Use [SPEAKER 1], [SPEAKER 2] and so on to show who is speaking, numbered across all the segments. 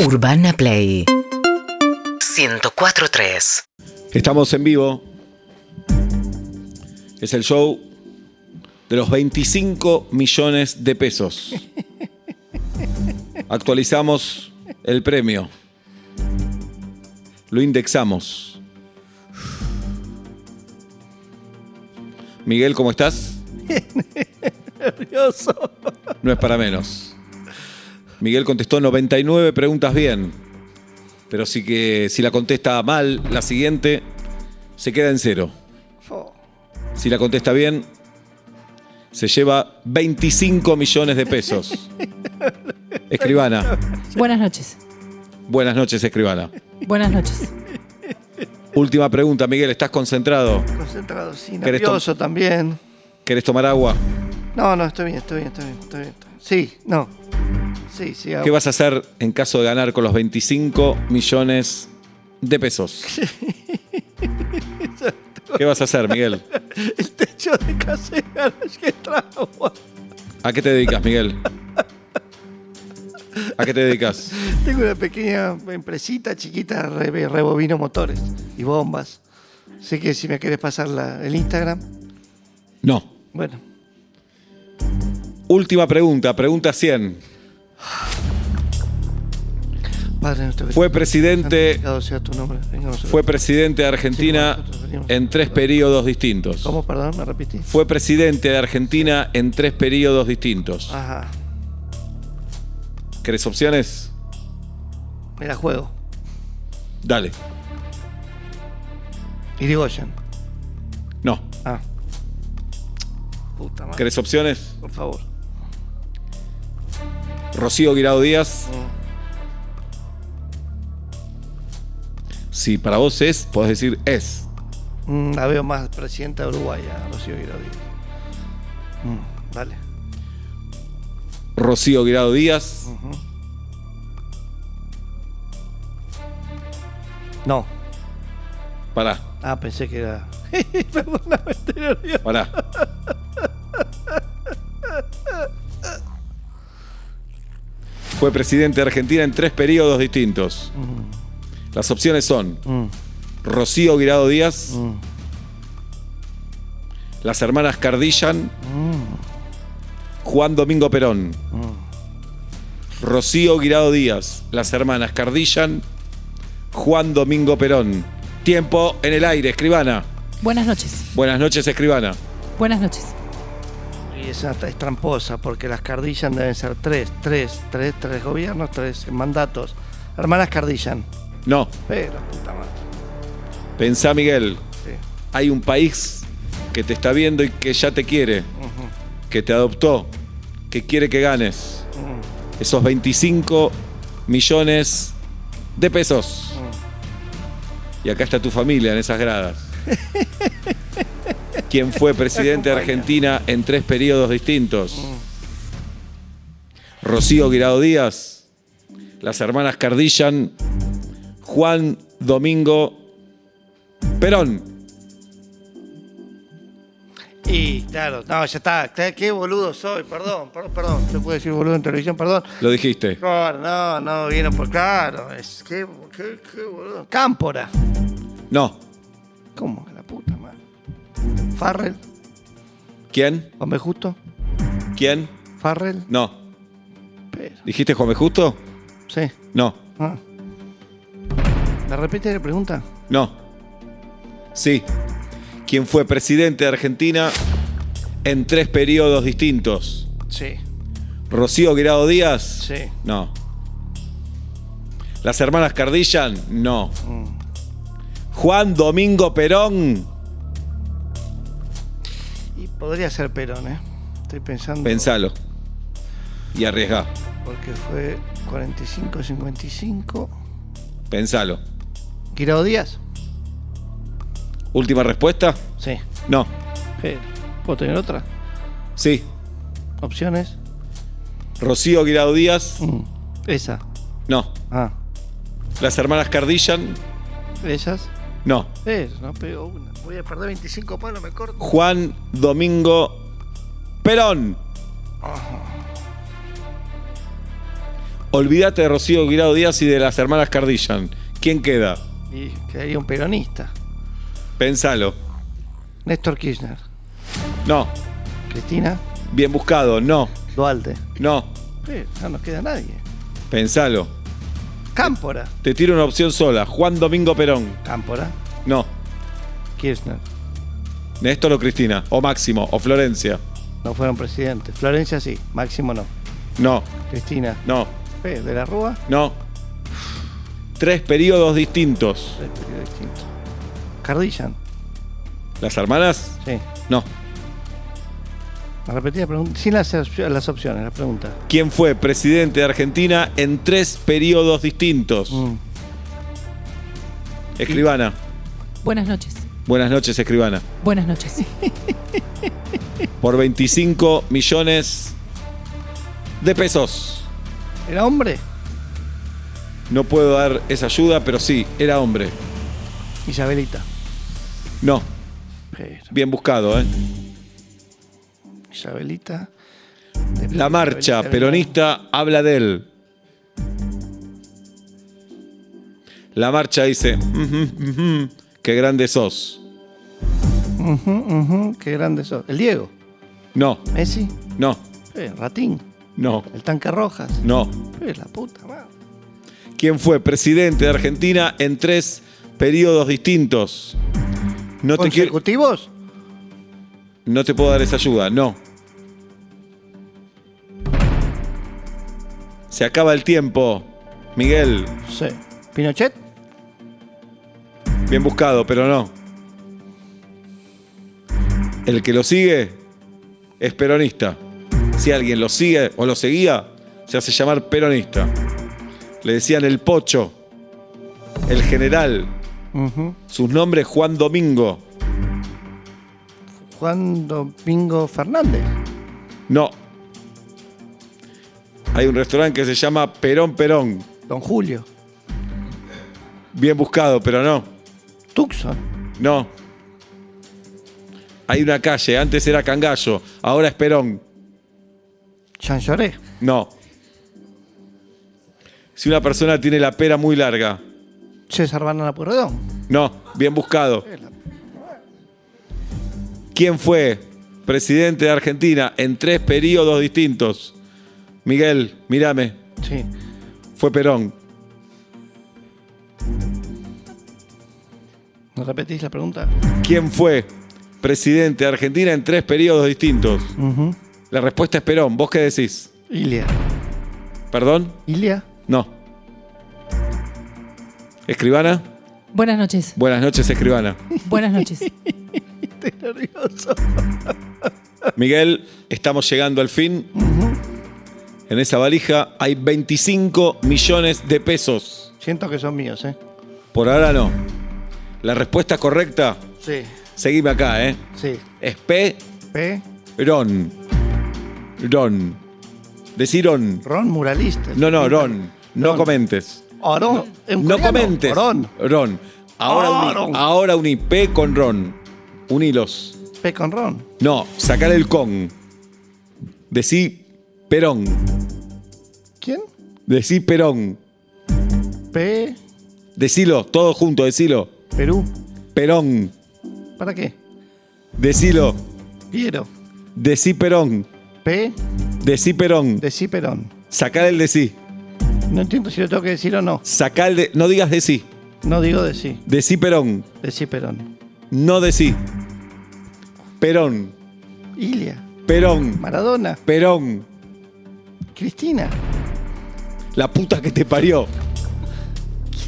[SPEAKER 1] Urbana Play 104.3
[SPEAKER 2] Estamos en vivo. Es el show de los 25 millones de pesos. Actualizamos el premio. Lo indexamos. Miguel, ¿cómo estás?
[SPEAKER 3] nervioso.
[SPEAKER 2] No es para menos. Miguel contestó 99 preguntas bien. Pero sí que si la contesta mal, la siguiente se queda en cero. Si la contesta bien, se lleva 25 millones de pesos. Escribana.
[SPEAKER 4] Buenas noches.
[SPEAKER 2] Buenas noches, escribana.
[SPEAKER 4] Buenas noches.
[SPEAKER 2] Última pregunta, Miguel, ¿estás concentrado?
[SPEAKER 3] Concentrado, sí,
[SPEAKER 2] ¿Querés
[SPEAKER 3] nervioso también.
[SPEAKER 2] ¿Querés tomar agua?
[SPEAKER 3] No, no, estoy bien, estoy bien, estoy bien, estoy bien. estoy bien. Sí, no. Sí, sí,
[SPEAKER 2] ¿Qué
[SPEAKER 3] hago.
[SPEAKER 2] vas a hacer en caso de ganar con los 25 millones de pesos? ¿Qué vas a hacer, Miguel?
[SPEAKER 3] El techo de casa de garage que trago.
[SPEAKER 2] ¿A qué te dedicas, Miguel? ¿A qué te dedicas?
[SPEAKER 3] Tengo una pequeña empresita chiquita, re- rebobino motores y bombas. Sé que si me querés pasar la- el Instagram,
[SPEAKER 2] No.
[SPEAKER 3] bueno,
[SPEAKER 2] Última pregunta, pregunta 100.
[SPEAKER 3] Padre nuestro que
[SPEAKER 2] Fue
[SPEAKER 3] estás en el cielo,
[SPEAKER 2] presidente-
[SPEAKER 3] santificado sea tu nombre, venga a nosotros.
[SPEAKER 2] Fue presidente de Argentina en tres periodos distintos.
[SPEAKER 3] ¿Cómo, perdón? ¿Me repetí?
[SPEAKER 2] Fue presidente de Argentina en tres periodos distintos.
[SPEAKER 3] Ajá,
[SPEAKER 2] ¿Querés opciones?
[SPEAKER 3] me la juego.
[SPEAKER 2] Dale.
[SPEAKER 3] Irigoyen.
[SPEAKER 2] No.
[SPEAKER 3] Ah. Puta madre.
[SPEAKER 2] ¿Querés opciones?
[SPEAKER 3] Por favor.
[SPEAKER 2] Rocío Guirado Díaz. Si para vos es, podés decir es.
[SPEAKER 3] Mm, la veo más presidenta de Uruguay, a Rocío Guirado. Mm, dale.
[SPEAKER 2] Rocío Guirado Díaz.
[SPEAKER 3] No.
[SPEAKER 2] Pará,
[SPEAKER 3] Ah, pensé que era.
[SPEAKER 2] pará. Fue presidente de Argentina en tres periodos distintos. Las opciones son
[SPEAKER 3] Mm,
[SPEAKER 2] Rocío Guirado Díaz, las hermanas Cardillan, Juan Domingo Perón. Rocío Guirado Díaz, las hermanas Cardillan, Juan Domingo Perón. Tiempo en el aire, escribana.
[SPEAKER 4] Buenas noches.
[SPEAKER 2] Buenas noches, escribana.
[SPEAKER 4] Buenas noches.
[SPEAKER 3] Y esa t- es tramposa, porque las Cardillan deben ser tres, tres, tres, tres gobiernos, tres mandatos. Hermanas Cardillan.
[SPEAKER 2] No,
[SPEAKER 3] Pero, puta madre.
[SPEAKER 2] pensá, Miguel,
[SPEAKER 3] Sí.
[SPEAKER 2] hay un país que te está viendo y que ya te quiere, que te adoptó, que quiere que ganes.
[SPEAKER 3] Mm,
[SPEAKER 2] esos 25 millones de pesos. Y acá está tu familia en esas gradas. Quien fue presidente de Argentina en tres periodos distintos. Rocío Guirado Díaz, las hermanas Cardillan, Juan Domingo Perón.
[SPEAKER 3] Y claro, no, ya está. Qué- Qué boludo soy, perdón, perdón, perdón. Se puede decir boludo en televisión, perdón.
[SPEAKER 2] Lo dijiste.
[SPEAKER 3] Claro, no, no, vino por claro. Es que, qué, qué boludo. Cámpora.
[SPEAKER 2] No.
[SPEAKER 3] ¿Cómo? que La puta madre. Farrell,
[SPEAKER 2] ¿Quién?
[SPEAKER 3] Juan B. Justo,
[SPEAKER 2] ¿Quién?
[SPEAKER 3] Farrell,
[SPEAKER 2] No.
[SPEAKER 3] pero.
[SPEAKER 2] ¿Dijiste Juan B. Justo?
[SPEAKER 3] Sí.
[SPEAKER 2] No.
[SPEAKER 3] Ah. ¿Me repite la pregunta?
[SPEAKER 2] No. Sí. Quien fue presidente de Argentina en tres periodos distintos.
[SPEAKER 3] Sí.
[SPEAKER 2] Rocío Guirado Díaz.
[SPEAKER 3] Sí.
[SPEAKER 2] No. Las hermanas Cardillan. No. Juan Domingo Perón.
[SPEAKER 3] Y podría ser Perón, ¿eh? Estoy pensando.
[SPEAKER 2] Pensalo. Y arriesgá.
[SPEAKER 3] Porque fue 45-55.
[SPEAKER 2] Pensalo.
[SPEAKER 3] ¿Guirado Díaz?
[SPEAKER 2] Última respuesta.
[SPEAKER 3] Sí.
[SPEAKER 2] No.
[SPEAKER 3] Pero, ¿Puedo tener otra?
[SPEAKER 2] Sí.
[SPEAKER 3] ¿Opciones?
[SPEAKER 2] Rocío Guirado Díaz.
[SPEAKER 3] Mm, Esa.
[SPEAKER 2] No.
[SPEAKER 3] Ah.
[SPEAKER 2] Las hermanas Cardillan.
[SPEAKER 3] ¿Esas?
[SPEAKER 2] No.
[SPEAKER 3] Es, no pego una. Voy a perder 25 palos, me corto.
[SPEAKER 2] Juan Domingo Perón. Olvídate de Rocío Guirado Díaz y de las hermanas Cardillan. ¿Quién queda?
[SPEAKER 3] Y quedaría un peronista.
[SPEAKER 2] Pensalo.
[SPEAKER 3] Néstor Kirchner.
[SPEAKER 2] No.
[SPEAKER 3] Cristina
[SPEAKER 2] Bien buscado. No.
[SPEAKER 3] Dualde.
[SPEAKER 2] No.
[SPEAKER 3] no nos queda nadie.
[SPEAKER 2] Pensalo.
[SPEAKER 3] Cámpora.
[SPEAKER 2] Te tiro una opción sola. Juan Domingo Perón.
[SPEAKER 3] Cámpora.
[SPEAKER 2] No.
[SPEAKER 3] Kirchner.
[SPEAKER 2] Néstor o Cristina. O Máximo. O Florencia.
[SPEAKER 3] No fueron presidentes. Florencia sí. Máximo no.
[SPEAKER 2] No.
[SPEAKER 3] Cristina.
[SPEAKER 2] No.
[SPEAKER 3] Eh, de la Rúa.
[SPEAKER 2] No. Tres periodos distintos.
[SPEAKER 3] Tres periodos distintos. Cardillan.
[SPEAKER 2] ¿Las hermanas?
[SPEAKER 3] Sí.
[SPEAKER 2] No.
[SPEAKER 3] La repetida pregunta. Sin las, opcio- las opciones, la pregunta.
[SPEAKER 2] ¿Quién fue presidente de Argentina en tres periodos distintos?
[SPEAKER 3] Mm.
[SPEAKER 2] Escribana.
[SPEAKER 4] Buenas noches.
[SPEAKER 2] Buenas noches, escribana.
[SPEAKER 4] Buenas noches.
[SPEAKER 2] Por 25 millones de pesos.
[SPEAKER 3] ¿Era hombre?
[SPEAKER 2] No puedo dar esa ayuda, pero sí, era hombre.
[SPEAKER 3] Isabelita.
[SPEAKER 2] No,
[SPEAKER 3] Pero,
[SPEAKER 2] bien buscado, ¿eh?
[SPEAKER 3] Isabelita.
[SPEAKER 2] La marcha
[SPEAKER 3] Isabelita,
[SPEAKER 2] peronista habla de él. La marcha dice, "Ujú, ujú, qué grande sos.
[SPEAKER 3] Ujú, ujú, qué grande sos. El Diego.
[SPEAKER 2] No,
[SPEAKER 3] Messi.
[SPEAKER 2] no,
[SPEAKER 3] Eh, Ratín.
[SPEAKER 2] no,
[SPEAKER 3] El tanque Rojas.
[SPEAKER 2] no.
[SPEAKER 3] Eh, la puta madre.
[SPEAKER 2] ¿Quién fue presidente de Argentina en tres periodos distintos? No te, quiero-
[SPEAKER 3] ¿Consecutivos?
[SPEAKER 2] no te puedo dar esa ayuda, no. Se acaba el tiempo. Miguel,
[SPEAKER 3] Sí. ¿Pinochet?
[SPEAKER 2] Bien buscado, pero no. El que lo sigue es peronista. Si alguien lo sigue o lo seguía, se hace llamar peronista. Le decían el pocho, el general,
[SPEAKER 3] Ujú.
[SPEAKER 2] sus nombres Juan Domingo.
[SPEAKER 3] Juan Domingo Fernández.
[SPEAKER 2] No. Hay un restaurante que se llama Perón Perón.
[SPEAKER 3] Don Julio.
[SPEAKER 2] Bien buscado, pero no.
[SPEAKER 3] Tucson.
[SPEAKER 2] No. Hay una calle, antes era Cangallo, ahora es Perón.
[SPEAKER 3] Jean Lloré.
[SPEAKER 2] No. Si una persona tiene la pera muy larga.
[SPEAKER 3] César Banana Pueyrredón.
[SPEAKER 2] No, bien buscado. ¿Quién fue presidente de Argentina en tres periodos distintos? Miguel, mírame,
[SPEAKER 3] Sí.
[SPEAKER 2] fue Perón.
[SPEAKER 3] ¿Nos repetís la pregunta?
[SPEAKER 2] ¿Quién fue presidente de Argentina en tres periodos distintos?
[SPEAKER 3] Ujú.
[SPEAKER 2] La respuesta es Perón. ¿Vos qué decís?
[SPEAKER 3] Ilia.
[SPEAKER 2] ¿Perdón?
[SPEAKER 3] Ilia.
[SPEAKER 2] No. ¿Escribana?
[SPEAKER 4] Buenas noches.
[SPEAKER 2] Buenas noches, escribana.
[SPEAKER 4] Buenas noches.
[SPEAKER 3] Estoy nervioso.
[SPEAKER 2] Miguel, estamos llegando al fin. En esa valija hay 25 millones de pesos.
[SPEAKER 3] Siento que son míos, ¿eh?
[SPEAKER 2] Por ahora no. La respuesta correcta,
[SPEAKER 3] Sí.
[SPEAKER 2] seguime acá, ¿eh?
[SPEAKER 3] Sí.
[SPEAKER 2] Es P.
[SPEAKER 3] P.
[SPEAKER 2] Ron. Ron. Decí Ron.
[SPEAKER 3] Ron Muralista.
[SPEAKER 2] No, no, Ron. No comentes.
[SPEAKER 3] Orón. ¿Es un
[SPEAKER 2] No
[SPEAKER 3] coreano?
[SPEAKER 2] comentes.
[SPEAKER 3] Orón.
[SPEAKER 2] Ron. Ah, Ahora uní,
[SPEAKER 3] Orón.
[SPEAKER 2] ahora uní P con Ron. Unilos.
[SPEAKER 3] P con Ron.
[SPEAKER 2] No, sacar el con. Decí Perón.
[SPEAKER 3] ¿Quién?
[SPEAKER 2] Decí Perón.
[SPEAKER 3] P.
[SPEAKER 2] Decilo, todo junto, decilo.
[SPEAKER 3] Perú.
[SPEAKER 2] Perón,
[SPEAKER 3] ¿Para qué?
[SPEAKER 2] decilo.
[SPEAKER 3] Piero.
[SPEAKER 2] Decí Perón,
[SPEAKER 3] P.
[SPEAKER 2] decí Perón.
[SPEAKER 3] De Ciperón.
[SPEAKER 2] Sacar el decí.
[SPEAKER 3] No entiendo si lo tengo que decir o no.
[SPEAKER 2] Sacar el de. No digas decí.
[SPEAKER 3] No digo de sí.
[SPEAKER 2] Decí Perón.
[SPEAKER 3] De Ciperón.
[SPEAKER 2] No decí. Perón,
[SPEAKER 3] Ilia.
[SPEAKER 2] Perón,
[SPEAKER 3] Maradona.
[SPEAKER 2] Perón.
[SPEAKER 3] Cristina.
[SPEAKER 2] La puta que te parió.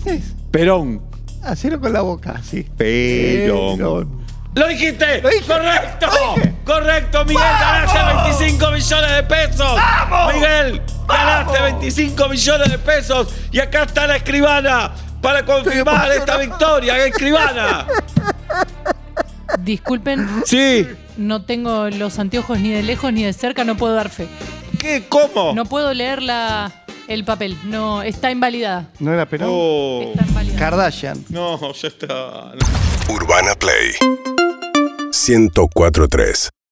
[SPEAKER 3] ¿Quién es?
[SPEAKER 2] Perón.
[SPEAKER 3] Hacelo con la boca, sí.
[SPEAKER 2] Perón. ¡Lo dijiste!
[SPEAKER 3] Lo dije.
[SPEAKER 2] ¡Correcto! ¡Correcto, Miguel! ¡Ganaste 25 millones de pesos!
[SPEAKER 3] ¡Vamos!
[SPEAKER 2] ¡Miguel! ¡Ganaste 25 millones de pesos! Y acá está la escribana para confirmar esta victoria, escribana.
[SPEAKER 4] Disculpen,
[SPEAKER 2] Sí.
[SPEAKER 4] no tengo los anteojos ni de lejos ni de cerca, no puedo dar fe.
[SPEAKER 2] ¿Qué? ¿Cómo?
[SPEAKER 4] No puedo leer la, el papel. No, está invalidada.
[SPEAKER 3] ¿No era Perón?
[SPEAKER 2] Oh,
[SPEAKER 4] Está invalidada.
[SPEAKER 3] Kardashian.
[SPEAKER 2] no, ya está. No.
[SPEAKER 1] Urbana Play 1043